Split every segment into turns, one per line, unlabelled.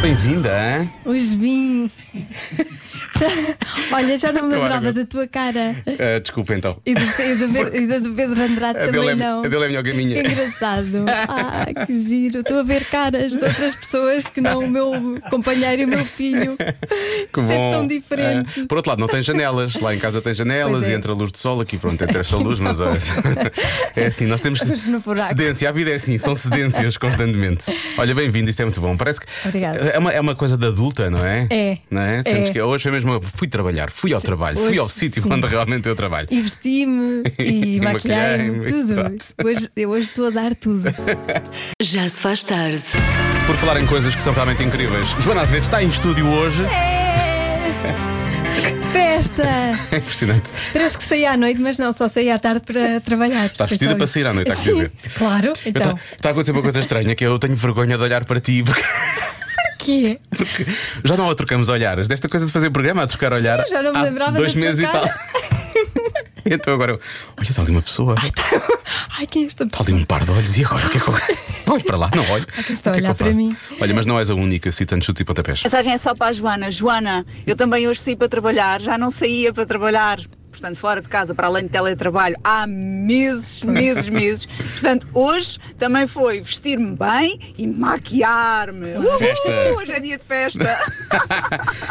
Bem-vinda, hein?
Os vim. Olha, já não me
Estou a ver.
lembrava da tua cara.
Ah, desculpa então.
E do, e do, Pe- e da do Pedro Andrade
A dele
também
é-
não.
a dele é melhor que a minha.
Que Engraçado. Ah, que giro. Estou a ver caras de outras pessoas que não o meu companheiro e o meu filho.
Que
Isto é tão diferente.
Ah, por outro lado, não tem janelas. Lá em casa tem janelas
Pois é.
e entra a luz de sol. Aqui, pronto, entra esta luz, mas olha, é assim. Nós temos
Estamos no buraco.
cedência. A vida é assim, são cedências constantemente. Olha, bem-vindo, isto é muito bom. Parece que
Obrigada.
É, uma, é uma coisa de adulta, não é?
É.
Não é? Sentes
É.
que hoje foi mesmo. eu Fui trabalhar, fui ao trabalho, fui
hoje,
ao sítio
sim.
onde realmente eu trabalho.
E vesti-me
E
e maquilhei-me,
maquilhei-me,
tudo.
exato.
Hoje, eu hoje estou a dar tudo.
Já se faz tarde.
Por falar em coisas que são realmente incríveis, Joana Azevedo está em estúdio hoje.
É. Festa!
É impressionante.
Parece que saí à noite, mas não, só saí à tarde para trabalhar.
Estás
Foi só
vestida para
isso.
sair à noite, há que dizer.
Sim, Claro, então.
Está a acontecer uma coisa estranha que eu tenho vergonha de olhar para ti porque.
Que é?
Porque já não a trocamos olhares. Desta coisa de fazer programa a trocar olhar.
eu já não me
há
lembrava
Dois
da tua
meses e tal.
cara.
então agora. eu- Olha, está ali uma pessoa. Está
tá Ai, quem é esta pessoa?
ali um par de olhos. E agora? O que é que eu. Olho para lá, não olho.
quem está a
O que é que
olhar
eu
para
faço?
mim.
Olha, mas não és a única citando chutes e pontapés.
Mensagem é só para a Joana. Joana, eu também hoje saí para trabalhar, já não saía para trabalhar. Portanto, fora de casa, para além de teletrabalho, há meses, meses, meses. Portanto, hoje também foi vestir-me bem e maquiar-me. Uhul,
Festa.
Hoje é dia de festa.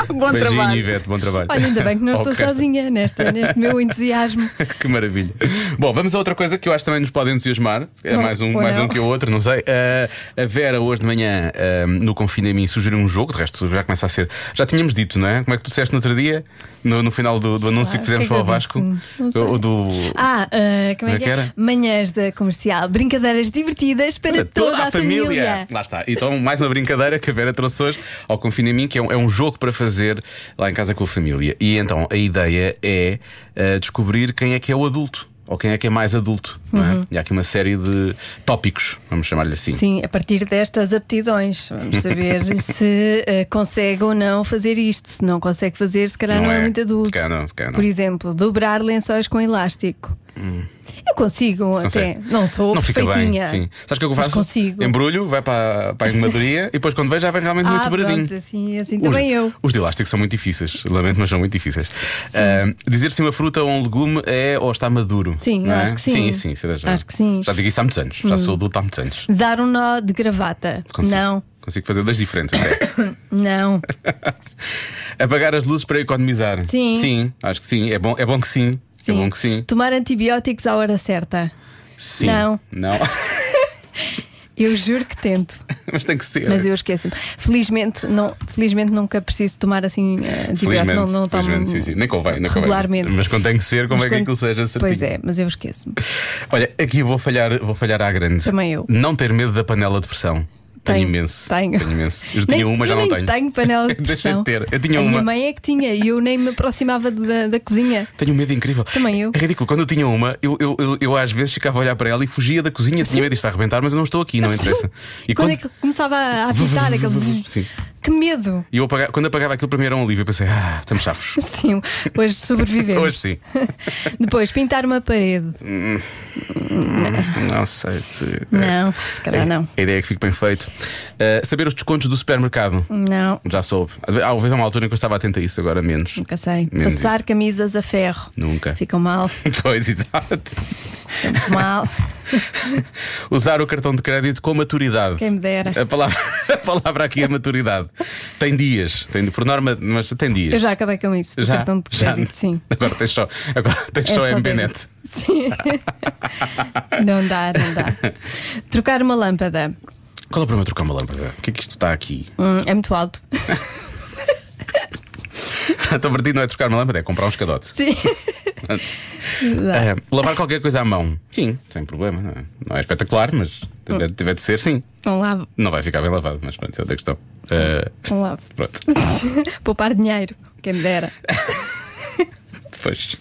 Bom
Beijinho,
trabalho.
Ivete, bom trabalho.
Olha, ainda bem que não
Ao
estou
resta.
sozinha nesta, neste meu entusiasmo.
que maravilha. Bom, vamos a outra coisa que eu acho que também nos pode entusiasmar. É
Bom,
mais um,
ou
mais
não.
um que o outro, não sei. Ah, a Vera, hoje de manhã, ah, no Confina em mim, sugeriu um jogo. De resto, já começa a ser. Já tínhamos dito, não é? Como é que tu disseste no outro dia, no, no final do, do anúncio
lá,
que fizemos
o que
para
é
o
que eu
Vasco?
disse? Não sei.
O, o do.
Ah, ah,
Como
como é
é
que
que
é?
era?
Manhãs da comercial, brincadeiras divertidas para toda, a família.
Lá está. Então, mais uma brincadeira que a Vera trouxe hoje ao Confina em mim, que é um, é um jogo para fazer lá em casa com a família. E então a ideia é ah, descobrir quem é que é o adulto. Ou quem é que é mais adulto? Não é? E há aqui uma série de tópicos, vamos chamar-lhe assim.
Uhum. Sim, a partir destas aptidões, vamos saber se ah, consegue ou não fazer isto. Se não consegue fazer, se calhar não, é, muito adulto.
Se calhar não, se calhar não. Hum.
Por exemplo, dobrar lençóis com elástico. Eu consigo até.
sei.
Não sou
não fica bem.
perfeitinha.
Sim. Sabes o que é que eu
Mas
faço?
consigo.
Embrulho, vai para, para a engomadoria e depois quando vem já vem realmente
ah,
muito dobradinho.
pronto, assim, assim
Os-
também eu.
Os de elásticos são muito difíceis, lamento, mas são muito difíceis. Ah, dizer se uma fruta ou um legume é ou está maduro.
Sim, eu
não é?
acho que sim.
Sim, sim, sim, já.
Acho que sim. Hum.
Já digo isso há muitos anos, já sou adulto há muitos anos.
Dar um nó de gravata.
Consigo,
Não,
Consigo fazer das diferentes até.
não.
Apagar as luzes para economizar.
Sim.
Sim, acho que sim. É bom, é bom que sim. É bom que sim.
Tomar antibióticos à hora certa.
Sim.
Não.
Não.
Eu juro que tento,
mas tem que ser.
mas eu esqueço-me. Felizmente, não, felizmente nunca preciso tomar assim eh, antibiótico.
Felizmente,
Não, não tomo
felizmente, sim, sim. Nem convém, nem convém.
regularmente.
Mas quando tem que ser, como
Mas
é que
quando-
aquilo seja certinho?
Pois é, mas eu esqueço-me.
Olha, aqui vou falhar, vou falhar à grande.
Também eu.
Não ter medo da panela de pressão. Tenho, imenso.
Tenho.
imenso. Eu tinha
Nem-
uma, já
eu
não
nem
tenho.
Tenho panela de
Deixa
pressão.
de ter. Eu tinha
a
uma.
Minha mãe é que tinha e eu nem me aproximava da, da cozinha.
Tenho um medo incrível.
Também eu.
É ridículo. Quando eu tinha uma, eu, eu, eu, eu às vezes ficava a olhar para ela e fugia da cozinha. Tinha medo de estar a arrebentar, mas eu não estou aqui, não interessa.
E quando, é que começava a apitar aquele.
Sim.
Que medo!
E eu apagava- quando apagava aquilo para mim era um alívio. Eu pensei, ah, estamos chafos.
Sim, hoje sobrevivemos.
Hoje sim.
Depois, pintar uma parede.
Não sei se.
Não, se calhar não.
A ideia é que fique bem feito. Ah, saber os descontos do supermercado.
Não,
Já soube. Ah, Houve uma altura em que eu estava atento a isso, agora menos.
nunca sei.
Menos
Passar
isso.
camisas a ferro.
Nunca.
Ficam mal,
Pois, exato.
ficam mal.
Usar o cartão de crédito com maturidade.
Quem me dera.
A palavra, a palavra aqui é maturidade. Tem dias, tem, por norma, mas tem dias.
Eu já acabei com isso. do cartão de crédito, sim. É
Agora tens só, agora tens
É
só
só
MBNet.
débito. Sim. não dá, não dá. Trocar uma lâmpada.
Qual é o problema de trocar uma lâmpada? O que é que isto está aqui?
Hum, é muito alto.
Então, para ti não é trocar uma lâmpada, é comprar um escadote.
Sim. Exato.
eh, Ah, lavar qualquer coisa à mão. Sim, sem problema. Não é, não é espetacular, mas tiver, tiver de ser, sim.
Não lavo,
Não vai ficar bem lavado, mas pronto, é outra questão. Eh,
não lavo.
pronto,
um Poupar dinheiro, quem me dera.
depois.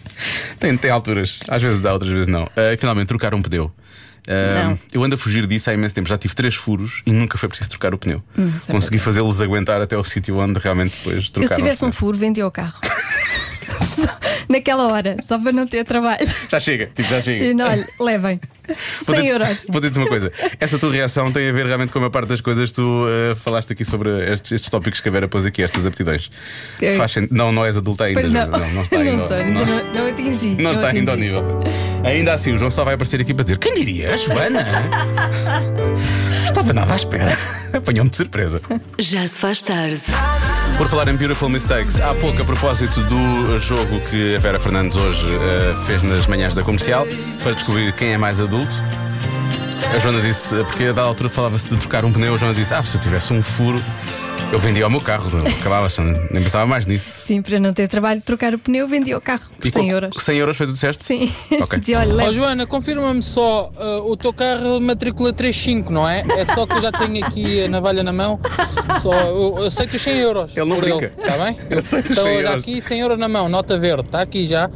Tem, tem alturas, às vezes dá, outras vezes não. Eh, e finalmente, trocar um pneu. Eh,
Não.
Eu ando a fugir disso há imenso tempo. Já tive três furos e nunca foi preciso trocar o pneu.
isso é
Consegui
verdade.
fazê-los aguentar até o sítio onde realmente depois
Eu
trocaram.
se
os
tivesse um
pneus.
furo, vendia o carro. Naquela hora, só para não ter trabalho.
Já chega, tipo, já chega.
E, olha, levem. 100
dizer-
euros.
Vou dizer-te uma coisa. Essa tua reação tem a ver realmente com a maior parte das coisas que tu eh, falaste aqui sobre estes, estes tópicos que a Vera pôs aqui, estas aptidões.
Ok.
Faz sen- não, não és adulta ainda,
Pois não,
Vera, não, não está ainda.
sou, ainda
não- é?
não, não atingi.
não está ainda ao
atingi.
nível. Ainda assim, o João só vai aparecer aqui para dizer: Quem diria? A Joana? Não Estava nada à espera. Apanhou-me de surpresa.
Já se faz tarde.
Por falar em Beautiful Mistakes, há pouco a propósito do jogo que a Vera Fernandes hoje eh, fez nas manhãs da comercial para descobrir quem é mais adulto. A Joana disse, eh, porque a dada altura falava-se de trocar um pneu, a Joana disse: Ah, se eu tivesse um furo, eu vendia o meu carro, Joana. Acabava-se, nem pensava mais nisso.
Sim, para não ter trabalho de trocar o pneu, vendia o carro por
E
100
qual-
euros.
100 euros foi tudo certo?
Sim.
Ok.
Dizia, olha,
Ó
leva.
Joana, confirma-me só, ah, o teu carro matrícula 35, não é? É só que eu já tenho aqui a navalha na mão. Só, eu, eu aceito os 100 euros.
Ele não
por
brinca.
Está bem?
Eu aceito os
Estou
100
já
euros.
aqui 100 euros na mão, nota verde, está aqui já.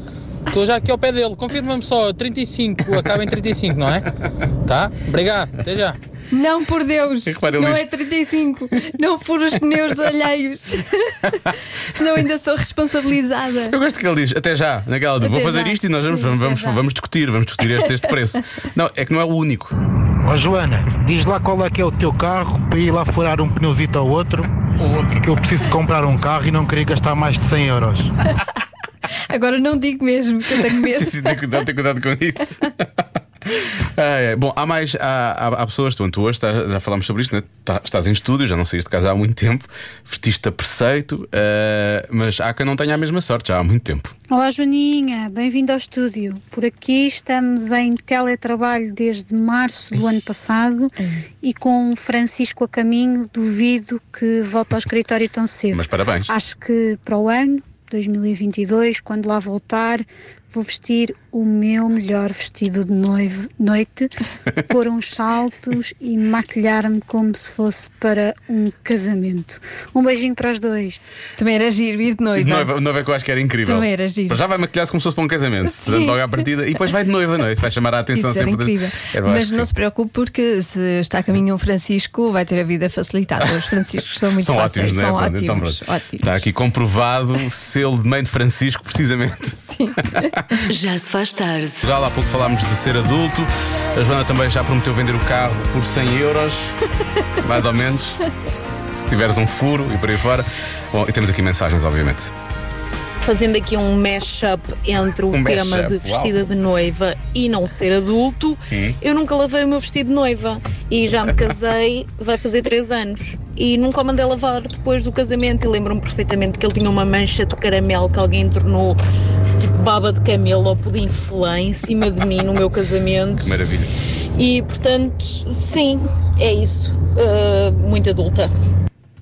Estou já aqui ao pé dele, confirma-me só, 35, acaba em 35, não é? Tá? Obrigado, até já.
Não, por Deus,
Repara, ele
não
diz-
é 35. Não furo os pneus alheios. Senão ainda sou responsabilizada.
Eu gosto que ele diz, até já, naquela de
Até
vou fazer
já.
isto e nós vamos,
Sim, até
vamos,
já.
vamos discutir, vamos discutir este, este preço. Não, é que não é o único.
Ó Joana, diz lá qual é que é o teu carro para ir lá furar um pneuzito ao outro. Que eu preciso de comprar um carro e não queria gastar mais de 100 euros.
Agora não digo mesmo, que eu tenho
Sim,
medo.
sim, tem cuidado, tem cuidado com isso. Ai, ai. Bom, há mais, há, há- há pessoas, tu, tu hoje estás- já falámos sobre isto, né? Tá- estás em estúdio, já não saíste de casa há muito tempo, vestiste a preceito, ah, mas há quem não tenha a mesma sorte, já há muito tempo.
Olá Joaninha, bem-vindo ao estúdio. Por aqui estamos em teletrabalho desde março do ano passado e com o Francisco a caminho, duvido que volte ao escritório tão cedo.
Mas parabéns.
Acho que para o ano 2022, quando lá voltar, vou vestir o meu melhor vestido de noivo- noite, pôr uns saltos e maquilhar-me como se fosse para um casamento. Um beijinho para os dois.
Também era giro ir de noiva.
De noiva, noiva que eu acho que era incrível.
Também era giro.
Mas já vai maquilhar-se como se fosse para um casamento.
Sim.
Portanto, logo à partida. E depois vai de noiva, não é? Isso vai chamar a atenção
Isso era
sempre. das-
incrível.
Era, eu É acho
Mas
que
não
sim.
se preocupe, porque se está a caminho um Francisco, vai ter a vida facilitada. Os Franciscos são muito
São
fáceis,
ótimos, não é?
são
Pronto,
ótimos.
então pronto.
ótimos.
Está aqui comprovado o selo de mãe de Francisco, precisamente.
Já se faz tarde.
Portugal, há pouco falámos de ser adulto. A Joana também já prometeu vender o carro por 100 euros, mais ou menos, se se tiveres um furo e por aí fora. Bom, e temos aqui mensagens, obviamente.
fazendo aqui um mashup entre o
Um
tema
mashup,
de vestida
uau. Hum.
de noiva e não ser adulto, eu nunca lavei o meu vestido de noiva e já me casei, vai fazer três anos. E nunca o mandei lavar depois do casamento. E lembro-me perfeitamente que ele tinha uma mancha de caramelo que alguém tornou tipo baba de camelo ou pudim filé em cima de mim no meu casamento.
Que maravilha.
E portanto, sim, é isso. Uh, muito adulta.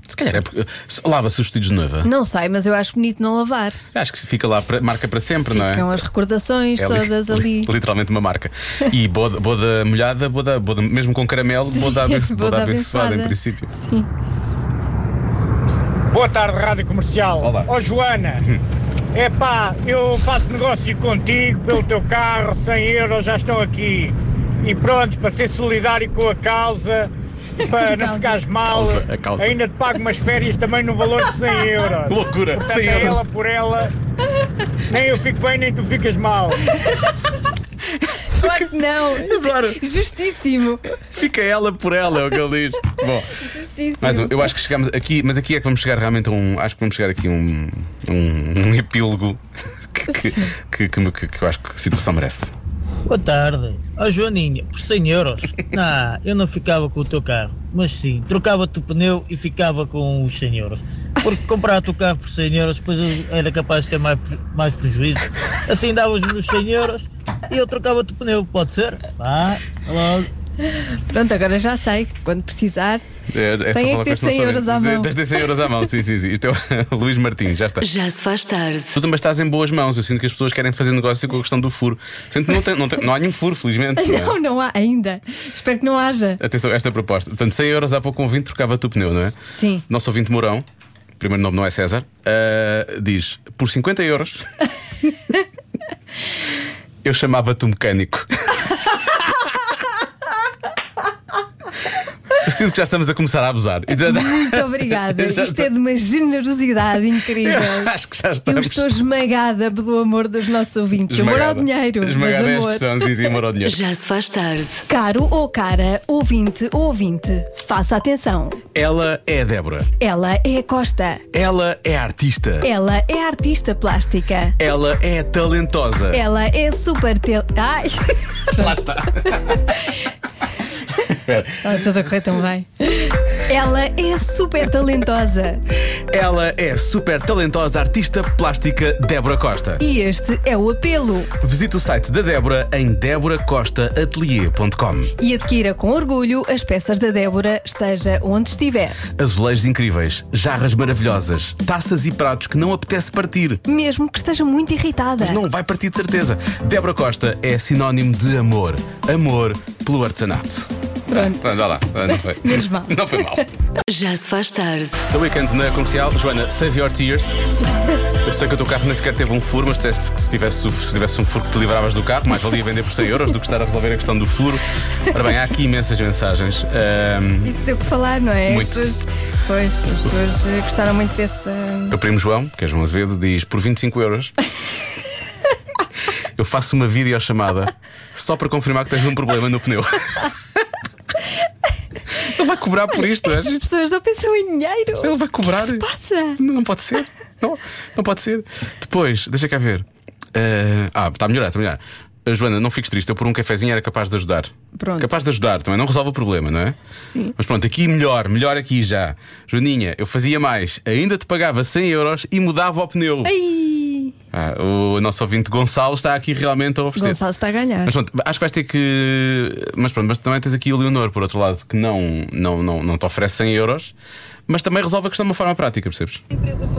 Se calhar é porque. se- Lava-se os vestidos de noiva.
Não sei, mas eu acho bonito não lavar.
Acho que se fica lá, para- marca para sempre,
Ficam
não é?
as recordações
É li-
todas ali.
Literalmente uma marca. E boda, boda molhada, boda, boda- mesmo com caramelo, boda, aben- boda,
boda
abençoada, em
abençoada.
princípio.
Sim.
Boa tarde, Rádio Comercial.
Olá.
Ó Joana, é pá, eu faço negócio contigo pelo teu carro, 100 euros já estão aqui. E pronto, para ser solidário com a causa, para não ficares mal,
Causa, a causa.
ainda te pago umas férias também no valor de 100 euros.
Loucura!
Portanto,
100
é
euros.
ela por ela. Nem eu fico bem, nem tu ficas mal.
Claro que não.
Claro.
Justíssimo.
Fica ela por ela, é o que ele diz. Bom.
Justíssimo.
Mais um, eu acho que chegamos aqui, mas aqui é que vamos chegar realmente a um. Acho que vamos chegar aqui a um, um, um epílogo que, que, que, que, que- que eu acho que a situação merece.
Boa tarde. Ó Joaninha, por 100 euros. Ah, eu não ficava com o teu carro, mas sim, trocava-te o pneu e ficava com os 100 euros. Porque comprar o carro por 100 euros, depois eu era capaz de ter mais, pre- mais prejuízo. Assim davas-me os 100 euros e eu trocava-te o pneu, pode ser? Vá, logo.
Pronto, agora já sei. Quando precisar,
É, é só
Tem
falar
é que
com
ter
as
100 euros à mão.
Tens de ter 100 euros à mão, sim, sim, sim. Isto é o Luís Martins, já está.
Já se faz tarde.
Tu também estás em boas mãos. Eu sinto que as pessoas querem fazer negócio com a questão do furo. Sinto que não, tem- não, tem- não há nenhum furo, felizmente. não é?
Não, não há ainda. Espero que não haja.
Atenção a esta proposta. Portanto, 100 euros há pouco um 20 trocava-te o pneu, não é?
Sim.
Nosso ouvinte Mourão, primeiro nome não é César, ah, diz: por 50 euros eu chamava-te um mecânico. Eu sinto que já estamos a começar a abusar. tá-
Muito obrigada.
Já tá.
Isto é de uma generosidade incrível.
Eu acho que já
Eu
estamos.
estou esmagada pelo amor dos nossos ouvintes. Amor ao
Esmagada.
dinheiro.
Esmagada é a
mas amor.
expressão, sim, sim, amor ao dinheiro.
Já se faz tarde.
Caro ou cara, ouvinte ou ouvinte, faça atenção.
Ela é a Débora.
Ela é a Costa.
Ela é a artista.
Ela é a artista plástica.
Ela é talentosa.
Ela é super tel. Ai!
Lá está. Espera.
Ah, tudo a correr tão bem. Ela é super talentosa.
Ela é a super talentosa artista plástica Débora Costa.
E este é o apelo.
Visite o site da Débora em deboracostaatelier.com.
E adquira com orgulho as peças da Débora, esteja onde estiver.
Azulejos incríveis, jarras maravilhosas, taças e pratos que não apetece partir.
Mesmo que esteja muito irritada.
Não vai partir de certeza. Débora Costa é sinónimo de amor. Amor pelo artesanato.
Pronto.
Pronto, vá lá. Ah, Não foi.
Menos mal.
Não foi mal.
Já se faz tarde.
The Weekend na comercial. Joana, save your tears. Eu sei que o teu carro nem sequer teve um furo, mas disseste que se tivesse, se tivesse um furo que te livravas do carro, mais valia vender por 100 euros do que estar a resolver a questão do furo. Ora bem, há aqui imensas mensagens. Ahm,
Isso deu que falar, não é?
Muito.
As pessoas, pois, as pessoas eh, gostaram muito desse. eh,
teu primo João, que é João Azevedo, diz por 25 euros. Eu faço uma videochamada só para confirmar que tens um problema no pneu. Ele vai cobrar por isto, é?
Estas pessoas não pensam em dinheiro.
Ele vai cobrar.
O que é que se passa?
Não, não pode ser. Não, não pode ser. Depois, deixa cá ver. Eh, ah, está a melhorar, está a melhorar. Eh, Joana, não fiques triste, eu por um cafezinho era capaz de ajudar.
Pronto.
Capaz de ajudar também, não resolve o problema, não é?
Sim.
Mas pronto, aqui melhor, melhor aqui já. Joaninha, eu fazia mais, ainda te pagava 100 euros e mudava o pneu.
Ai!
Ah, o nosso ouvinte Gonçalo está aqui realmente a oferecer.
Gonçalo está a ganhar.
Mas pronto, acho que vais ter que. Mas pronto, mas também tens aqui o Leonor, por outro lado, que não, não, não, não te oferece 100 euros, mas também resolve a questão de uma forma prática, percebes?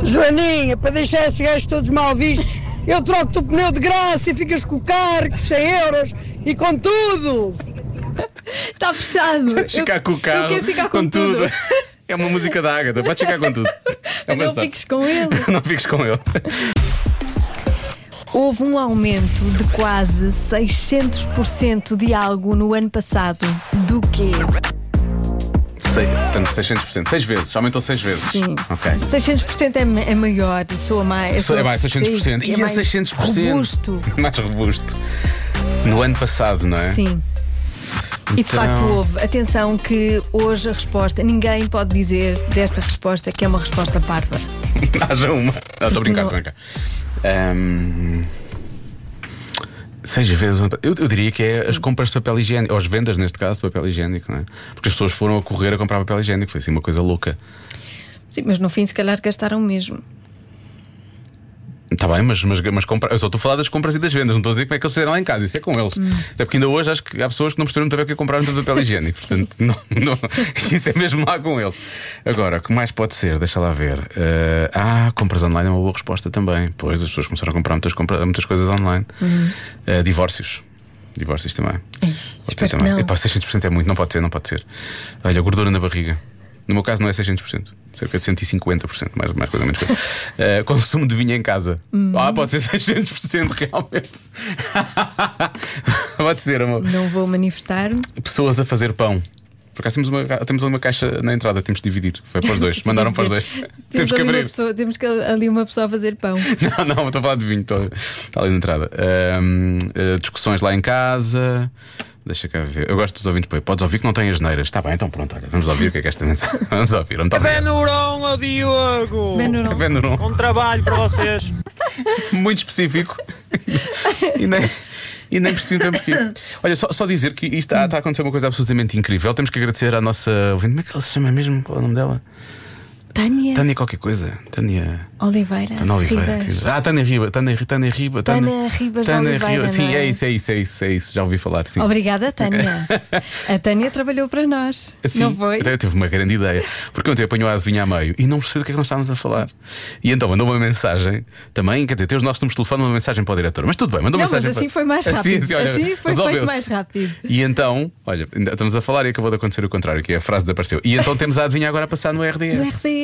Joaninha, para deixar esses gajos todos mal vistos, eu troco-te o pneu de graça e ficas com o carro, com 100 euros e com tudo.
Está Tá fechado. Eu-
Ficar com o carro,
Eu quero ficar com,
tudo. É uma música da Ágata, pode ficar com tudo. É uma
Não
sorte.
fiques com ele.
não fiques com ele.
Houve um aumento de quase 600% de algo no ano passado. Do quê?
Sei, portanto, 600%. 6 vezes, aumentou 6 vezes.
Sim.
Ok.
600% é, ma- é maior, soa mais.
Isso é mais 600%.
Sim,
Ia
é mais
600%.
Robusto.
Mais robusto. No ano passado, não é?
Sim. E de
Então-
facto houve. Atenção que hoje a resposta, ninguém pode dizer desta resposta que é uma resposta parva.
Haja uma. Ah, Estou a brincar,
Não.
estou a brincar. Ahm, Seis vezes. um- Eu, eu diria que é as compras de papel higiênico, ou as vendas, neste caso, de papel higiênico, não é? Porque as pessoas foram a correr a comprar papel higiênico, foi assim uma coisa louca.
Sim, mas no fim se calhar gastaram mesmo.
Está Tá bem, mas, mas, mas compra... eu só estou a falar das compras e das vendas, não estou a dizer como é que eles fizeram lá em casa, isso é com eles. Até porque ainda hoje acho que há pessoas que não perceberam muito bem o que é comprar muito papel higiênico, portanto, não, não- isso é mesmo lá com eles. Agora, o que mais pode ser? Deixa lá ver. Eh, ah, compras online é uma boa resposta também. Pois as pessoas começaram a comprar muitas, compra- muitas coisas online.
Uhum.
Eh, divórcios. Divórcios também. Pode ser
espero que
também.
não.
Epá, 600% é muito, não pode ser, não pode ser. Olha, gordura na barriga. No meu caso não é 600%, cerca de 150%, mais, mais coisa, menos coisa. Eh, consumo de vinho em casa.
Hum.
Ah, pode ser 600% realmente. pode ser, amor.
Não vou manifestar-me.
Pessoas a fazer pão. Por acaso temos uma, temos uma caixa na entrada, temos de dividir. Foi para os dois, mandaram para os dois.
Temos,
temos que
ali uma
abrir.
pessoa, temos que ali uma pessoa a fazer pão.
Não, não, estou a falar de vinho, estou- está ali na entrada. Ahm, eh, discussões lá em casa. Deixa cá ver. Eu gosto dos ouvintes. Pô, podes ouvir que não tem as neiras. Está bem, então pronto, olha, vamos ouvir o que é que esta mensagem. Vamos ouvir. Muito obrigado.
Benuron ao Diogo!
É Benuron.
Um trabalho para vocês.
Muito específico. e nem. E nem percebi bem porquê. Olha, só, só dizer que isto ah, está, está a acontecer uma coisa absolutamente incrível. Temos que agradecer à nossa ouvinte. Como é que ela se chama mesmo? Qual é o nome dela?
Tânia.
Tânia qualquer coisa. Tânia.
Oliveira.
Tânia Oliveira.
Ribas.
Ah, Tânia Riba. Tânia, Ri- Tânia Riba.
Tânia Ribas de Oliveira,
Sim,
não é?
é isso, é isso, é isso, é isso. Já ouvi falar. Sim.
Obrigada, Tânia. A Tânia trabalhou para nós.
Sim,
não foi?
Assim, até teve uma grande ideia. Porque ontem apanhou a adivinha a meio e não percebeu do que é que nós estávamos a falar. E então mandou uma mensagem também, quer dizer, tem os nossos números de telefone, uma mensagem para o diretor. Mas tudo bem, mandou uma
Não,
mensagem.
mas assim
para-
foi mais
Assim,
rápido.
assim, olha,
Assim foi feito
resolveu-se.
mais rápido.
E então, olha, ainda estamos a falar e acabou de acontecer o contrário, que é a frase desapareceu. E então temos a adivinha agora a passar no
No
RDS.
RDS.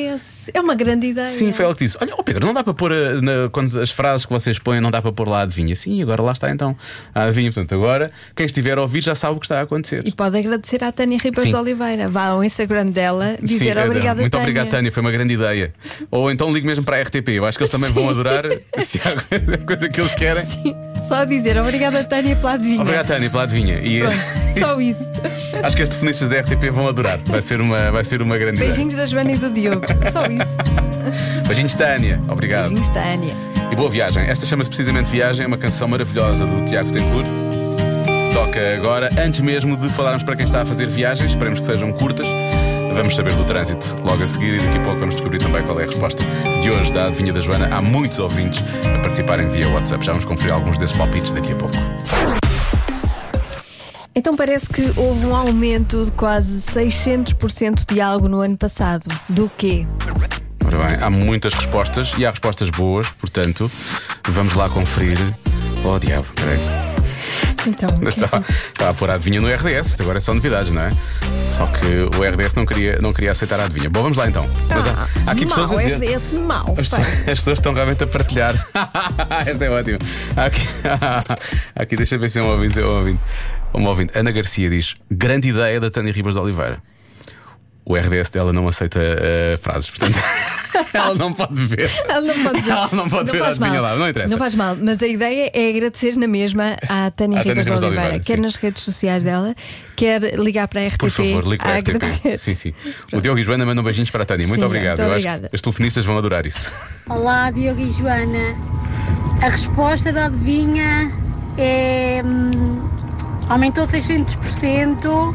É uma grande ideia.
Sim, foi ela que disse: Olha, ó Pedro, não dá para pôr a- na- quando as frases que vocês põem, não dá para pôr lá a adivinha. Sim, agora lá está então a adivinha. Portanto, agora quem estiver a ouvir já sabe o que está a acontecer.
E pode agradecer à Tânia Ribas
Sim.
de Oliveira. Vá ao Instagram dela dizer
Sim, é,
obrigada,
Muito
Tânia.
obrigado, Tânia, foi uma grande ideia. Ou então ligo mesmo para a RTP, eu acho que eles também vão
Sim.
adorar se há coisa, coisa que eles querem.
Só dizer obrigada, Tânia, pela adivinha.
Obrigado, Tânia, pela adivinha. E
Só isso.
acho que as definições da RTP vão adorar. Vai ser uma, vai ser uma grande
Beijinhos da Joana e do Diogo. Só isso.
ideia. Beijinhos, Tânia. Obrigado.
Beijinhos, Tânia.
E boa viagem. Esta chama-se precisamente Viagem, é uma canção maravilhosa do Tiago Tencourt. Toca agora, antes mesmo de falarmos para quem está a fazer viagens, esperemos que sejam curtas. Vamos saber do trânsito logo a seguir e daqui a pouco vamos descobrir também qual é a resposta de hoje da Adivinha da Joana. Há muitos ouvintes a participarem via WhatsApp. Já vamos conferir alguns desses palpites daqui a pouco.
Então parece que houve um aumento de quase 600% de algo no ano passado. Do quê?
Ora bem, há muitas respostas e há respostas boas, portanto, vamos lá conferir. Oh, diabo, peraí.
Então,
Estava, estava a pôr a adivinha no RDS, isto agora é só novidades, não é? Só que o RDS não queria, não queria aceitar a adivinha. Bom, vamos lá então.
Tá,
Mas há, há aqui pessoas a
mau,
dizer.
RDS mau.
As pessoas, as pessoas estão realmente a partilhar. Esta é ótima. Há Aqui, há aqui deixa eu ver se é um ouvinte. É um ouvinte. Um ouvinte. Ana Garcia diz: grande ideia da Tânia Ribas de Oliveira. O RDS dela não aceita eh, frases, portanto, ela não pode ver.
Ela não pode ver,
Ela não pode assim ver a
faz
adivinha
mal.
lá, não interessa.
Não faz mal, mas a ideia é agradecer na mesma à Tânia
À Tânia
Ribas de
Ribas de
Oliveira,
Oliveira,
quer
sim.
nas redes sociais dela, quer ligar para Tipo, a RTP.
Por favor, ligue para a RTP.
agradecer.
Sim, sim. O Diogo e Joana mandam beijinhos para a Tânia. Muito
Sim,
obrigado.
muito
Eu acho
obrigada.
que os telefonistas vão adorar isso.
Olá, Diogo e Joana. A resposta da adivinha é. hum, aumentou 600%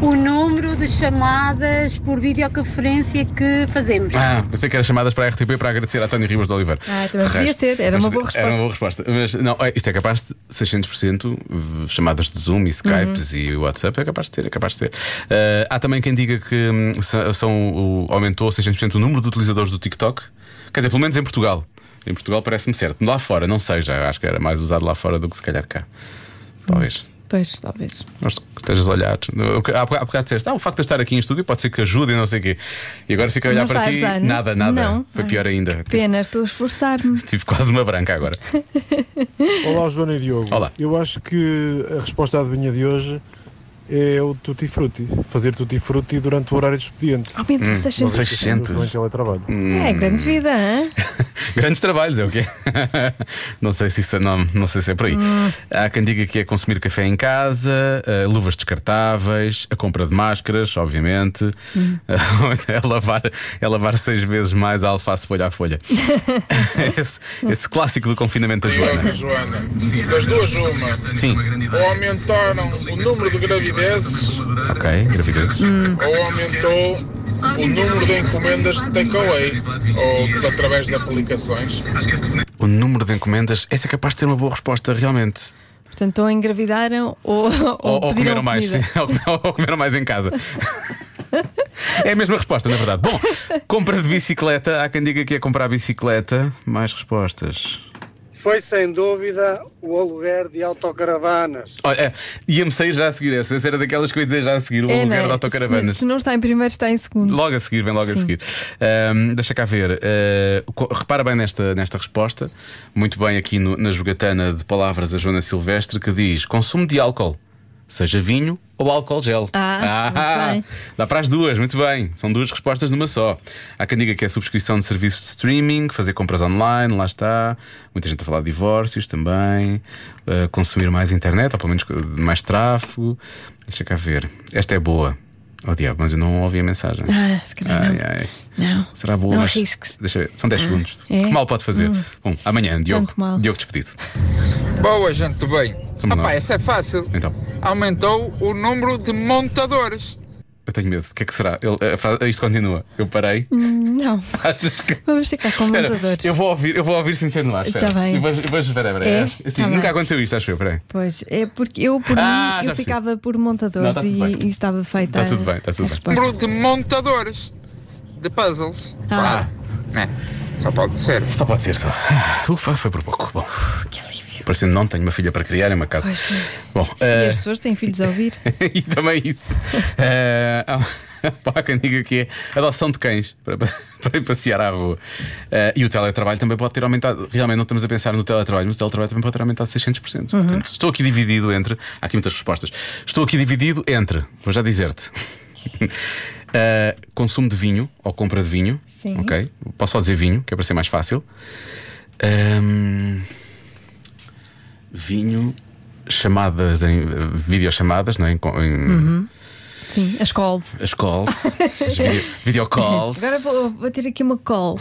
o número de chamadas por videoconferência que fazemos.
Ah, pensei que era chamadas para a RTP para agradecer à Tânia Ribas de Oliveira.
Ah, também
De
podia
resto,
ser, era
mas
uma boa
Era uma boa resposta. Mas não, é, isto é capaz de 600% v- chamadas de Zoom e
Uhum.
Skypes e WhatsApp. É capaz de ser, é capaz de ser. Ah, há também quem diga que hum, sa- são, o- aumentou 600% o número de utilizadores do TikTok. Quer dizer, pelo menos em Portugal. Em Portugal parece-me certo. Lá fora, não sei já. Acho que era mais usado lá fora do que se calhar cá. Talvez.
Pois, talvez.
Mas que estejas a olhar. O que- Há boca- há bocado disseste, ah, o facto de eu estar aqui em estúdio pode ser que ajude e não sei o quê. E agora fico a olhar
Não
para
está a
ti.
ajudar, não?
nada, nada.
Não. Ah.
Foi pior ainda.
Pena, estou a esforçar-me.
Tive quase uma branca agora.
Olá, Joana e Diogo.
Olá.
Eu acho que a resposta à adivinha de hoje é o tutti frutti. Fazer tutti frutti durante o horário de expediente.
Aumentou Hum, 600.
Não sei é se as pessoas
600.
estão em teletrabalho.
Hum.
É, grande vida, hã?
Grandes trabalhos, é o quê? não, sei se isso, é- não, não sei se é por aí.
Hum.
Há quem diga que é consumir café em casa, eh, luvas descartáveis, a compra de máscaras, obviamente,
Hum.
é, lavar, é lavar seis vezes mais a alface folha a folha. esse, esse clássico do confinamento da Joana.
é, Joana, das duas uma,
Sim,
ou aumentaram o número de gravidezes
ok, gravidez.
ou aumentou o número de encomendas de takeaway ou através de aplicações.
O número de encomendas, essa é capaz de ter uma boa resposta, realmente.
Portanto, ou engravidaram ou, ou,
Ou, ou
pediram
comeram mais,
comida.
sim. Ou come- ou comeram mais em casa. É a mesma resposta, na verdade. Bom, compra de bicicleta. Há quem diga que é comprar bicicleta. Mais respostas.
Foi sem dúvida o aluguer de autocaravanas.
Olha, é, ia-me sair já a seguir essa. Essa era daquelas que eu ia dizer já a seguir. O
É, não
aluguer
é?
de autocaravanas.
Se, se não está em primeiro, está em segundo.
Logo a seguir, vem logo a
Sim.
seguir. Ahm, deixa cá ver. Ah, co- repara bem nesta, nesta resposta. Muito bem aqui no- na jogatana de palavras a Joana Silvestre que diz: consumo de álcool, seja vinho ou álcool gel.
Ah, muito bem.
dá para as duas, muito bem. São duas respostas numa só. Há quem diga que é subscrição de serviços de streaming, fazer compras online, lá está. Muita gente a falar de divórcios também. Ah, consumir mais internet, ou pelo menos mais tráfego. Deixa cá ver. Esta é boa. Oh diabo, mas eu não ouvi a mensagem.
Ah, se calhar não.
Ai, ai.
Não.
Será boa?
Não
mas-
arrisques.
Deixa eu ver. São 10
Ah,
segundos.
é?
Que mal pode fazer?
Hum.
Bom, amanhã, Diogo.
Tanto mal.
Diogo despedido.
Boa, gente, tudo bem?
Somos
Opa,
nós.
essa é fácil.
Então.
Aumentou o número de montadores.
Eu tenho medo. O que é que será? Ele- a frase- isto continua. Eu parei.
Hum, Não.
Achas que-
Vamos ficar com
Espera,
montadores.
eu vou ouvir, eu vou ouvir sem ser no ar. espera.
Tá bem.
Eu vou- eu vou- espera, espera,
É?
espera. Sim,
Tá
nunca
bem.
aconteceu isto, acho eu. Espera aí.
Pois, é porque eu por
Ah,
mim
já
eu
percebi.
ficava por
Não,
montadores
tá tudo
e,
bem.
e estava feita.
Está tudo bem, está tudo bem.
Número de montadores de puzzles.
Ah.
Claro. É. Só pode ser.
Só pode ser, só. Ah, Ufa, foi por pouco. Bom, que alívio. Parecendo não, tenho uma filha para criar, é uma casa.
Pois, pois.
Bom,
E
eh,
as pessoas têm filhos a ouvir.
e também isso. Eh, há- há quem diga que é adoção de cães para, para ir passear à rua. Eh, e o teletrabalho também pode ter aumentado. Realmente não estamos a pensar no teletrabalho, mas o teletrabalho também pode ter aumentado 600%.
Uhum.
Portanto, estou aqui dividido entre. Há aqui muitas respostas. Estou aqui dividido entre, vou já dizer-te. eh, consumo de vinho ou compra de vinho.
Sim.
Ok. Posso só dizer vinho, que é para ser mais fácil. Ehm, Ahm, vinho, chamadas em eh, videochamadas, não é? Em co- em-
Uhum. Sim, as calls.
as calls, as video, video calls,
Agora
Oh,
vou, vou ter aqui uma call.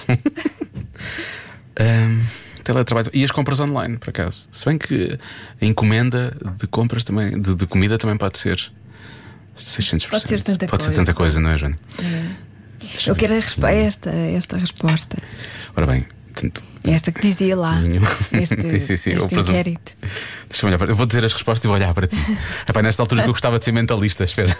ahm, teletrabalho e as compras online, por acaso. Se bem que a encomenda de compras também, de, de comida também pode ser 600%.
Pode ser tanta
Pode ser
coisa.
tanta coisa, não é, Joana?
Eu quero a resp- esta, esta resposta.
Ora bem, tanto.
Esta que dizia lá.
Vinho.
Ah, Este,
Sim, sim, sim, eu
este
presumo.
inquérito.
Deixa-me olhar para Eu vou dizer as respostas e vou olhar para ti. Epá, nesta altura que eu gostava de ser mentalista, espera.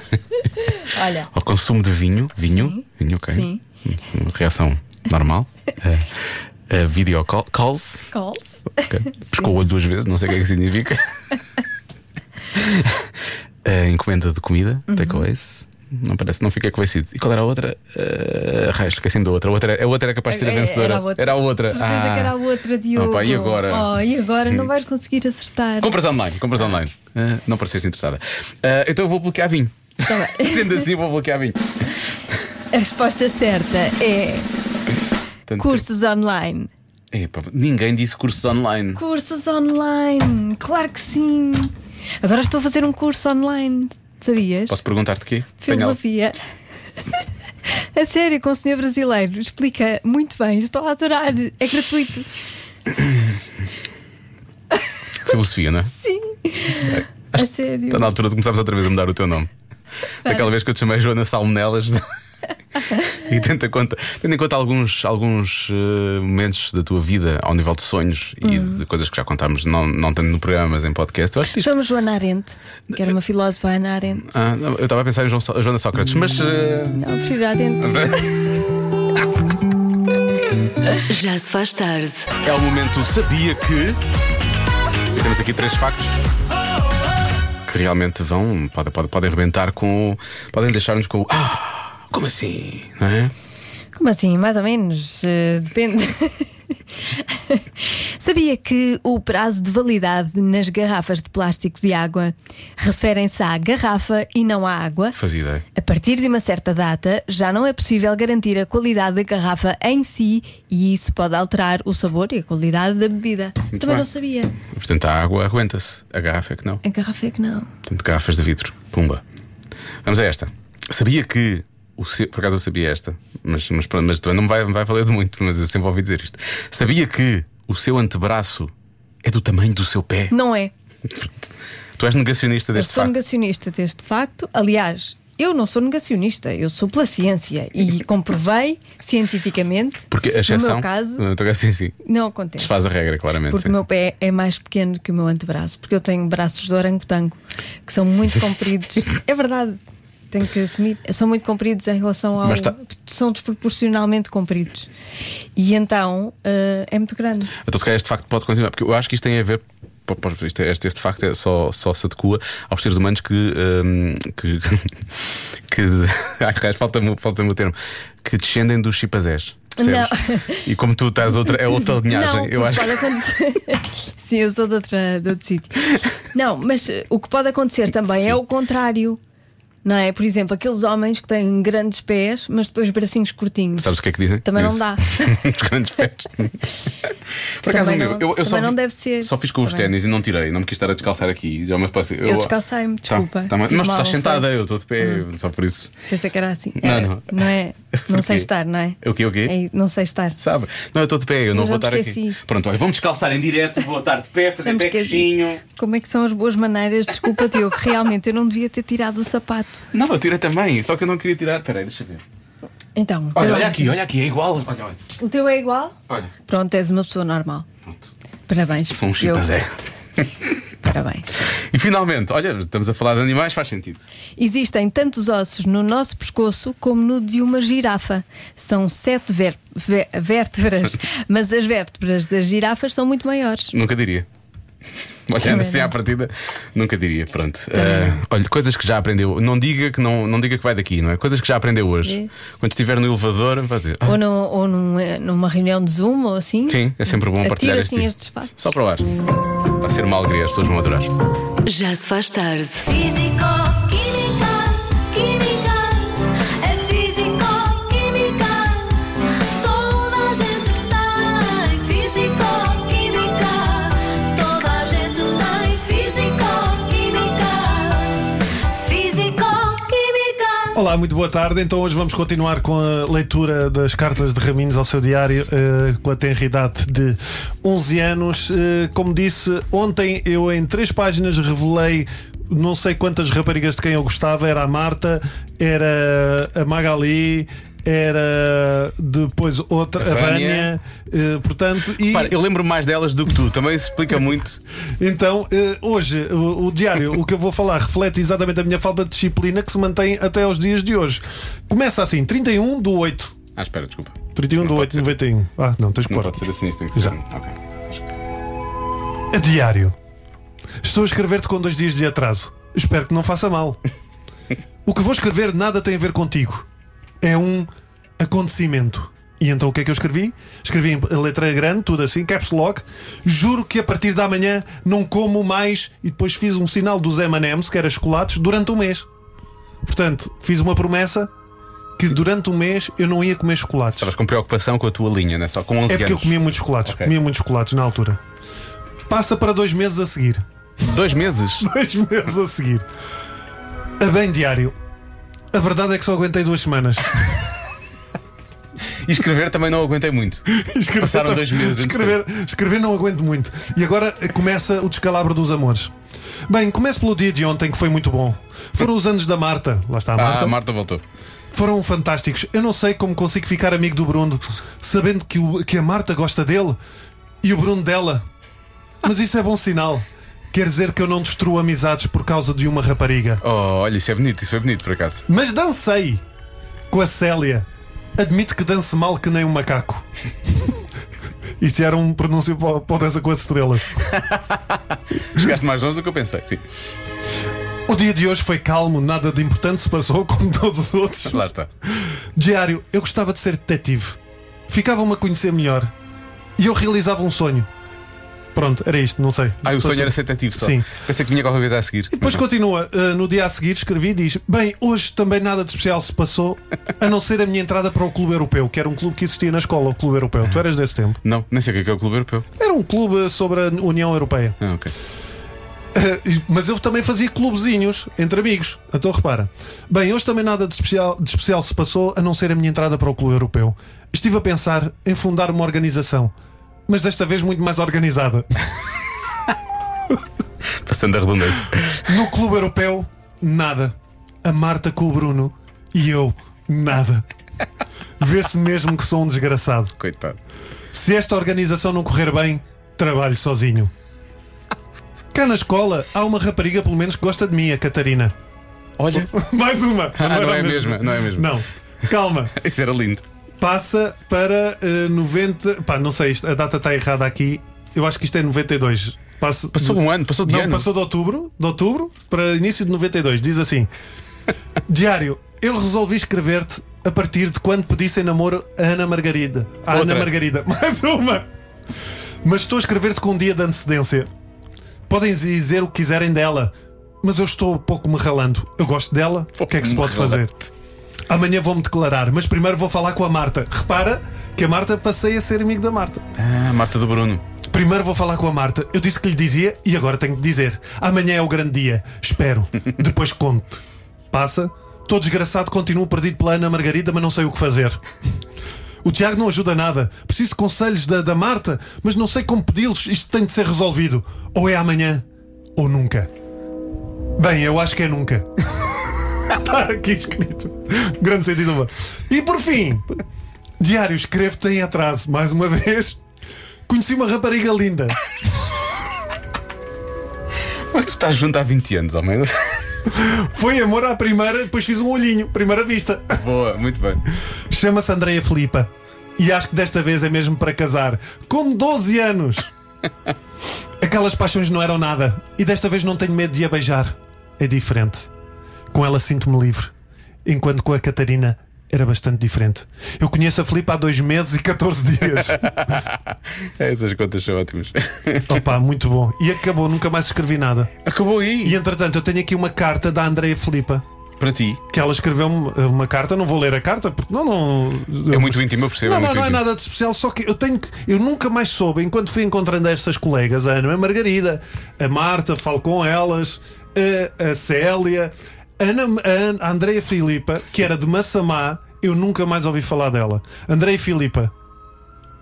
Olha.
Ao consumo de vinho, vinho, vinho, ok.
Sim.
Uma Reação normal. uh, uh, video call- calls.
Calls.
Ok. Pescou o olho duas vezes, não sei o que é que significa. Eh, encomenda de comida,
Uhum.
takeaways. Não parece, não fiquei convencido. E qual era a outra? Uh, Raios, esqueci da outra. A outra, a outra era capaz de ser a vencedora.
É, Era a outra. Certeza
Ah.
que era a outra de
Opa, e agora?
Oh, e agora não
Hum.
vais conseguir acertar.
Compras online, compras online. Ah, não pareces interessada. Ah, então eu vou bloquear vinho.
Tá
Sendo assim, eu vou bloquear vinho.
A resposta certa é
Tanto
cursos online.
que- Epá, ninguém disse cursos online.
Cursos online, claro que sim. Agora estou a fazer um curso online, sabias?
Posso perguntar-te quê?
Filosofia. a sério, com o senhor brasileiro. Explica muito bem, estou a adorar. É gratuito.
Tenho- Filosofia, não é?
Sim. A sério.
Está na altura de começarmos outra vez a mudar o teu nome. Daquela vez que eu te chamei Joana Salmonelas. e tenta conta, tendo em conta alguns, alguns eh, momentos da tua vida ao nível de sonhos e
Hum.
de coisas que já contámos, não, não tanto no programa, mas em podcast. Eu acho que diz.
Chamo Joana Arente, que era uma filósofa Ana Arente.
Ah, não, eu estava a pensar em João So- Joana Sócrates, mas. eh,
Não, prefiro Arente.
Já se faz tarde.
É o momento Sabia que. E temos aqui três factos que realmente vão. Podem, podem, podem arrebentar com. o- Podem deixar-nos com. o, Ah, como assim? Não é?
Como assim? Mais ou menos? eh, depende. Sabia que o prazo de validade nas garrafas de plástico de água referem-se à garrafa e não à água?
Fazia ideia.
A partir de uma certa data, já não é possível garantir a qualidade da garrafa em si e isso pode alterar o sabor e a qualidade da bebida.
Muito
Também
bem.
não sabia.
Portanto, a água aguenta-se. A garrafa é que não.
A garrafa é que não.
Portanto, garrafas de vidro. Pumba. Vamos a esta. Sabia que. O se- Por acaso eu sabia esta, mas, mas, pronto, mas também não me vai, me vai valer de muito, mas eu sempre ouvi dizer isto. Sabia que o seu antebraço é do tamanho do seu pé?
Não é.
Tu és negacionista
Eu
deste
sou
facto.
negacionista deste facto. Aliás, eu não sou negacionista, eu sou pela ciência e comprovei cientificamente.
Porque a exceção.
No meu caso,
No teu caso, sim, sim.
não acontece.
Desfaz a regra, claramente.
Porque
sim.
o meu pé é mais pequeno que o meu antebraço, porque eu tenho braços de orangotango que são muito compridos. é verdade, tenho que assumir. São muito compridos em relação ao.
Mas tá-
São desproporcionalmente compridos. E então eh, é muito grande.
Então, se calhar, este facto pode continuar, porque eu acho que isto tem a ver. po- po- isto é- Este, este facto é só, só se adequa aos seres humanos que. hum, que. que ai, raios, falta-me falta o termo. que descendem dos chipazés. percebes? E como tu estás outra, é outra linhagem.
Não,
eu acho
porque pode
que.
acontecer. Sim, eu sou de, outra, de outro sítio. Não, mas eh, o que pode acontecer também é o contrário. Não é? Por exemplo, aqueles homens que têm grandes pés, mas depois bracinhos curtinhos.
Sabes o que é que dizem?
Também não
Dizem-
dá.
Os grandes pés. Por acaso,
Também
amigo,
não-
eu, eu só,
também
fi-
não deve ser.
só fiz com os
Também.
ténis e não tirei, não me quis estar a descalçar aqui. Já, mas, posso,
Eu descalcei-me,
Tá,
desculpa.
tá, mas
Fiz
mas tu
mal,
estás
foi. Hum.
sentada, eu estou de pé, só por isso.
Pensei que era assim.
Não,
É,
não.
é? Não sei
quê?
estar, não é?
O quê, o quê?
É, não sei estar.
Sabe? Não, eu estou de pé, eu,
Eu
não
já
vou
me
estar aqui.
esqueci.
Pronto, olha, vamos descalçar em direto, vou estar de pé, fazer
Já me
pé
esqueci.
coxinho.
assim. Como é que são as boas maneiras? Desculpa, Diogo, realmente eu não devia ter tirado o sapato.
Não, eu tirei também, só que eu não queria tirar. Peraí, deixa eu ver.
Então,
Olha,
vê lá.
olha aqui, olha aqui, é igual. Olha, olha.
o teu é igual?
olha.
Pronto, és uma pessoa normal. Parabéns.
São um
Diogo.
chipas, é.
Parabéns.
E finalmente, olha, estamos a falar de animais, faz sentido.
Existem tantos ossos no nosso pescoço como no de uma girafa. São sete ver- vé- vértebras, mas as vértebras das girafas são muito maiores.
Nunca diria. Olhando
Também
assim
não.
à partida, nunca diria. Pronto. Ah, olha, coisas que já aprendeu. Não diga que, não, não diga que vai daqui, não é? Coisas que já aprendeu hoje. Quando estiver no elevador, vai dizer. "Ah,
Ou, no- ou num- numa reunião de Zoom ou assim.
Sim, é sempre bom
Atira
partilhar este
assim
tipo.
estes fatos.
Só para o ar. Vai ser uma alegria, as pessoas vão adorar.
Já se faz tarde.
Físico, química, química, é físico, química. Toda a gente tem físico, química. Toda a gente tem físico, química. Físico, química.
Olá, muito boa tarde. Então hoje vamos continuar com a leitura das cartas de Raminhos ao seu diário eh, com a tenridade de 11 anos. Eh, como disse, ontem eu em três páginas revelei não sei quantas raparigas de quem eu gostava. Era a Marta, era a Magali, era depois outra, a
A Vânia.
Vânia. eh, portanto, e...
Repara, eu lembro mais delas do que tu, também isso explica muito.
Então, eh, hoje, o, o diário, o que eu vou falar, reflete exatamente a minha falta de disciplina que se mantém até aos dias de hoje. Começa assim, 31 do 8.
Ah, espera, desculpa.
31 do 8 de 91. Ah, não, tens que
Não
pôr.
pode ser assim, isto tem que ser. Ok.
A diário. Estou a escrever-te com dois dias de atraso. Espero que não faça mal. O que vou escrever nada tem a ver contigo. É um acontecimento. E então o que é que eu escrevi? Escrevi em letra grande, tudo assim, caps lock. Juro que a partir da manhã não como mais. E depois fiz um sinal dos M&M's, que era chocolates, durante um mês. Portanto, fiz uma promessa que durante um mês eu não ia comer chocolates.
Estavas com preocupação com a tua linha, né? Só com 11
É porque eu
anos.
comia muitos chocolates, comia muitos chocolates na altura. Passa para dois meses a seguir.
Dois meses?
dois meses a seguir. A bem diário. A verdade é que só aguentei duas semanas.
E escrever também não aguentei muito.
Escrever
Passaram
tam-
dois meses.
Escrever, escrever não aguento muito. E agora começa o descalabro dos amores. Bem, começo pelo dia de ontem, que foi muito bom. Foram os anos da Marta. Lá está a
Ah,
Marta.
a Marta voltou.
Foram fantásticos. Eu não sei como consigo ficar amigo do Bruno, sabendo que, o- que a Marta gosta dele e o Bruno dela. Mas isso é bom sinal. Quer dizer que eu não destruo amizades por causa de uma rapariga.
Oh, olha, isso é bonito, isso é bonito por acaso.
Mas dancei com a Célia. Admito que dance mal que nem um macaco. Isto já era um pronúncio para o- para o Dança com as Estrelas. Uhum.
Chegaste mais longe do que eu pensei, sim.
O dia de hoje foi calmo, nada de importante se passou, como todos os outros.
Lá está.
Diário, eu gostava de ser detetive. Ficavam-me a conhecer melhor. E eu realizava um sonho. Pronto, era isto, não sei.
Ah, o
Estou a
sonho era
dizer-
ser detetive só.
é. Sim.
Pensei que vinha qualquer coisa a seguir. Uhum.
Depois continua, uh, no dia a seguir escrevi e diz: Bem, hoje também nada de especial se passou, a não ser a minha entrada para o Clube Europeu, que era um clube que existia na escola, o Clube Europeu. Tu eras desse tempo.
Não, nem sei o que é que é o Clube Europeu.
Era um clube sobre a União Europeia.
Ah, ok.
Eh, e- Mas eu também fazia clubezinhos entre amigos. Então repara. Bem, hoje também nada de especial, de especial se passou a não ser a minha entrada para o Clube Europeu. Estive a pensar em fundar uma organização, mas desta vez muito mais organizada.
Passando a redundância.
No Clube Europeu, nada. A Marta com o Bruno e eu, nada. Vê-se mesmo que sou um desgraçado.
Coitado.
Se esta organização não correr bem, trabalho sozinho. Cá na escola há uma rapariga, pelo menos, que gosta de mim, a Catarina.
Olha.
Mais uma.
Ah, não
era
é a mesma, não é a mesma.
Não. Calma.
Isso era lindo.
Passa para eh, 90. Pá, não sei, isto- a data está errada aqui. Eu acho que isto é 92. Passa-
Passou um ano, passou de
não,
ano.
Passou de outubro, de outubro para início de 92. Diz assim: Diário, eu resolvi escrever-te a partir de quando pedissem namoro a Ana Margarida. A
Outra.
Ah, Ana Margarida, mais uma. Mas estou a escrever-te com um dia de antecedência. Podem dizer o que quiserem dela, mas eu estou pouco me ralando. Eu gosto dela, o que é que se
me
pode fazer? Amanhã vou-me declarar, mas primeiro vou falar com a Marta. Repara que a Marta passei a ser amigo da Marta.
Ah, Marta do Bruno.
Primeiro vou falar com a Marta. Eu disse que lhe dizia e agora tenho que dizer. Amanhã é o grande dia. Espero. Depois conto. Passa. Estou desgraçado, continuo perdido pela Ana Margarida, mas não sei o que fazer. O Tiago não ajuda nada. Preciso de conselhos da, da Marta, mas não sei como pedi-los. Isto tem de ser resolvido. Ou é amanhã, ou nunca. Bem, eu acho que é nunca. Está aqui escrito. Grande sentido. humor. E por fim, diário, escrevo-te em atraso. Mais uma vez, conheci uma rapariga linda.
Como é que tu estás junto há 20 anos, ao menos?
Foi amor à primeira, depois fiz um olhinho, primeira vista.
Boa, muito bem.
Chama-se Andreia Filipa. E acho que desta vez é mesmo para casar. Com 12 anos. Aquelas paixões não eram nada. E desta vez não tenho medo de a beijar. É diferente. Com ela sinto-me livre. Enquanto com a Catarina era bastante diferente. Eu conheço a Filipa há dois meses e 14 dias.
Essas contas são ótimas.
Opa, muito bom. E acabou, nunca mais escrevi nada.
Acabou aí.
E entretanto, eu tenho aqui uma carta da Andreia Filipa.
Para ti.
Que ela escreveu-me eh, uma carta, não vou ler a carta, porque não. não
É muito íntimo, eu percebo.
Não,
é
não,
muito
não é
íntimo.
nada de especial, só que eu tenho que. Eu nunca mais soube, enquanto fui encontrando estas colegas, a Ana Margarida, a Marta, falo com elas, a, a Célia, a, Ana, a, a Andreia Filipa, que era de Massamá, eu nunca mais ouvi falar dela. Andreia Filipa,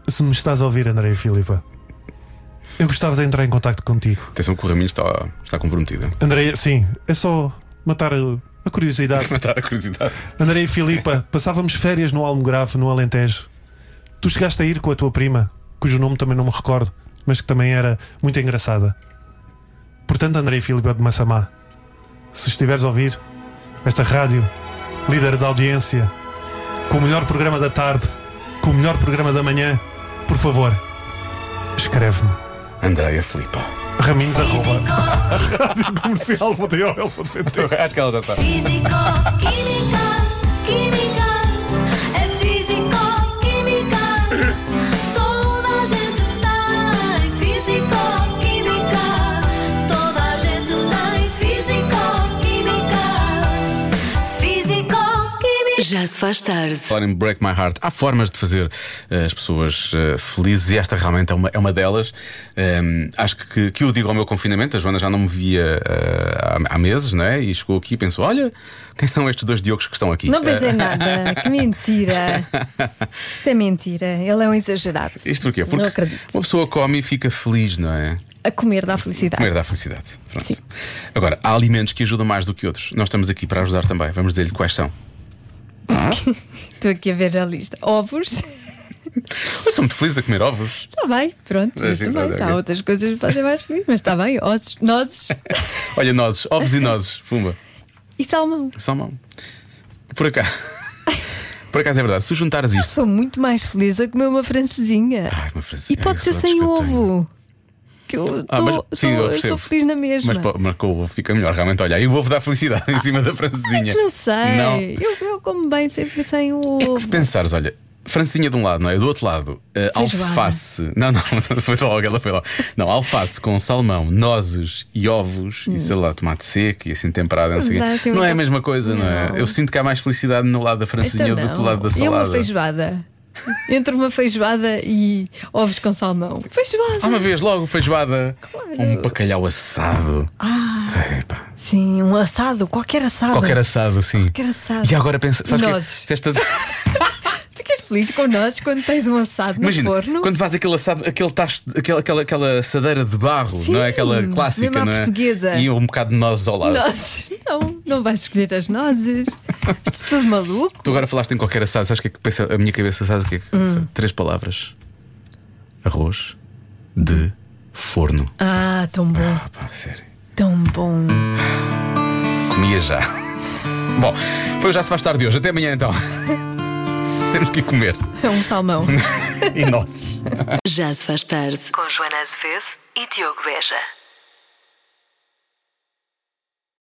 se me estás a ouvir, Andreia Filipa, eu gostava de entrar em contato contigo.
Atenção que o Raminho está, está comprometido.
Andreia, sim, é só matar a- a curiosidade.
Matar a curiosidade.
Andrei e Filipa, passávamos férias no Almograve, no Alentejo. Tu chegaste a ir com a tua prima, cujo nome também não me recordo, mas que também era muito engraçada. Portanto, Andrei e Filipa de Massamá, se estiveres a ouvir esta rádio, líder da audiência, com o melhor programa da tarde, com o melhor programa da manhã, por favor, escreve-me.
Andreia Filipa.
Raminhos arroba. Rádio comercial, vou ter, eu vou ter.
Acho que ela já sabe.
Físico, química, química, é físico, química. Toda a gente tem físico, química. Toda a gente tem físico, química. Físico, química.
Já se faz tarde.
Falar em Break My Heart, há formas de fazer eh, as pessoas eh, felizes e esta realmente é uma, é uma delas. Ehm, acho que, que, que eu digo ao meu confinamento, a Joana já não me via eh, há, há meses, não é? E chegou aqui e pensou: olha, quem são estes dois Diogos que estão aqui?
Não pensei
Eh,
nada, que mentira. Isso é mentira, ele é um exagerado.
Eh, Isto porquê? Porque
Não acredito.
uma pessoa come e fica feliz, não é?
A comer dá felicidade.
Comer dá felicidade. Pronto. Agora, há alimentos que ajudam mais do que outros. Nós estamos aqui para ajudar também. Vamos dizer-lhe quais são.
Estou aqui a ver a lista. Ovos,
Eu sou muito feliz a comer ovos.
está bem, pronto.
É,
mas
sim,
tá bem.
pronto,
Há
ok.
outras coisas que fazem mais feliz, mas está bem. Ossos, nozes
Olha, nozes, ovos e nozes. Pumba.
e salmão.
Salmão. Por acaso. Por acaso é verdade. Se tu juntares
Eu
isto.
sou muito mais feliz a comer uma francesinha.
Uma frase-
E
Ai,
pode ser
saudades
sem
que eu
ovo. Que eu,
É Ah,
tô-
mas- sim,
sou-
eu
eu
percebo.
sou feliz na mesma.
Mas, pô- mas com o ovo fica melhor, realmente. Olha, aí o ovo dá felicidade em cima da francesinha.
Não sei.
Não.
Eu, eu como bem sempre sem o ovo.
É Se pensares, olha, francesinha de um lado, não é? Do outro lado, eh,
Feijoada.
alface. Não, não, foi logo, ela foi lá. Não, alface com salmão, nozes e ovos
Hum.
e sei lá, tomate seco e assim temperado. Não, sei o quê.
Dá assim
Não
uma-
é a mesma coisa, não.
Não.
é? Eu sinto que há mais felicidade no lado da francesinha
Então
do que do
não.
lado da
E uma
salada.
feijoada. Entre uma feijoada e ovos com salmão. Feijoada.
Há uma vez logo feijoada, um bacalhau assado.
Ah, sim, um assado, qualquer assado.
Qualquer assado, sim.
Qualquer assado.
E agora pensa, sabes que
Nozes.
se estas-
Ficas feliz com nozes quando tens um assado
Imagina,
no forno.
quando faz aquele assado, aquele tacho, aquela, aquela, aquela assadeira de barro, não é? Aquela
mesmo
clássica,
à
não é?
portuguesa.
E um bocado de nozes ao lado.
Nozes, não, não vais escolher as nozes. Estás tudo maluco.
Tu agora falaste em qualquer assado, sabes o que é que pensa? A minha cabeça, sabes o que é que.
Hum.
Três palavras: arroz de forno.
Ah, tão bom.
Pá, sério.
Tão bom.
Comia já. Bom, foi o Já Se Faz Tarde de hoje. Até amanhã então. Temos que ir comer.
É um salmão.
e nozes.
Já se faz tarde. Com Joana Azevedo e Diogo Beja.